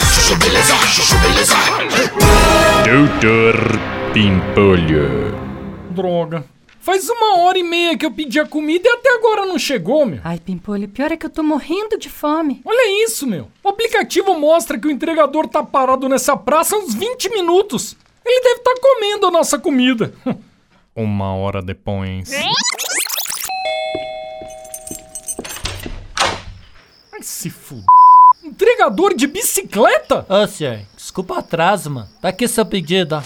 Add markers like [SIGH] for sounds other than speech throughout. Chuchu-beleza, chuchu-beleza. Doutor Pimpolho. Droga. Faz uma hora e meia que eu pedi a comida e até agora não chegou, meu. Ai, Pimpolho, pior é que eu tô morrendo de fome. Olha isso, meu. O aplicativo mostra que o entregador tá parado nessa praça há uns 20 minutos. Ele deve estar comendo a nossa comida. [LAUGHS] Uma hora depois. Ai, se fuder. Entregador de bicicleta? Ô, senhor, desculpa o atraso, mano. Tá aqui seu pedido, ó.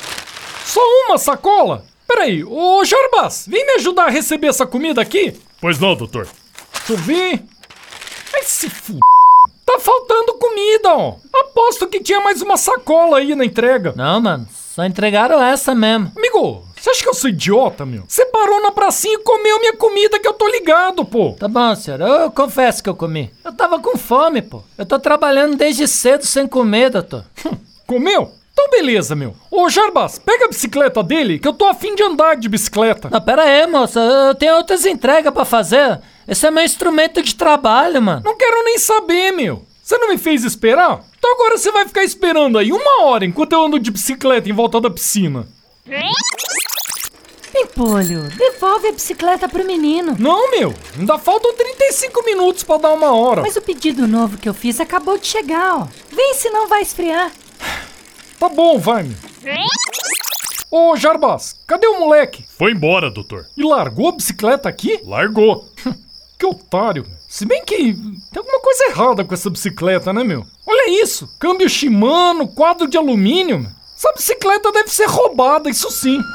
Só uma sacola? Peraí, ô Jarbas, vem me ajudar a receber essa comida aqui? Pois não, doutor. Deixa eu ver. Ai, se f... Tá faltando comida, ó. Aposto que tinha mais uma sacola aí na entrega. Não, mano, só entregaram essa mesmo. Amigo, você acha que eu sou idiota, meu? Você parou na pracinha e comeu minha comida que eu tô ligado, pô. Tá bom, senhor, eu confesso que eu comi. Eu tava com fome, pô. Eu tô trabalhando desde cedo sem comer, doutor. Comeu? Então beleza, meu. Ô Jarbas, pega a bicicleta dele que eu tô afim de andar de bicicleta. Não, pera aí, moça, eu tenho outras entregas pra fazer. Esse é meu instrumento de trabalho, mano. Não quero nem saber, meu. Você não me fez esperar? Então agora você vai ficar esperando aí uma hora enquanto eu ando de bicicleta em volta da piscina. Pimpolho, devolve a bicicleta pro menino. Não, meu. Ainda faltam 35 minutos pra dar uma hora. Mas o pedido novo que eu fiz acabou de chegar, ó. Vem, senão vai esfriar. Tá bom, vai, meu. Ô Jarbas, cadê o moleque? Foi embora, doutor. E largou a bicicleta aqui? Largou. Que otário. meu. Se bem que tem alguma coisa errada com essa bicicleta, né, meu? Olha isso. Câmbio Shimano, quadro de alumínio. meu. Essa bicicleta deve ser roubada, isso sim. [LAUGHS]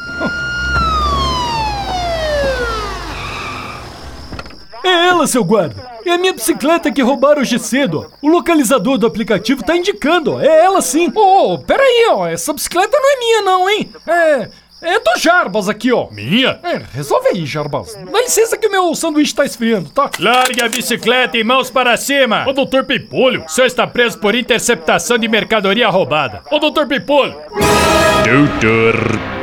É ela, seu guarda. É a minha bicicleta que roubaram hoje cedo, ó. O localizador do aplicativo tá indicando, ó. É ela sim. Ô, peraí, ó. Essa bicicleta não é minha, não, hein? É. É do Jarbas aqui, ó. Minha? É, resolve aí, Jarbas. Dá licença que meu sanduíche tá esfriando, tá? Largue a bicicleta e mãos para cima! O doutor Pimpolho, é o senhor está preso por interceptação de mercadoria roubada. O doutor Pimpolho! Doutor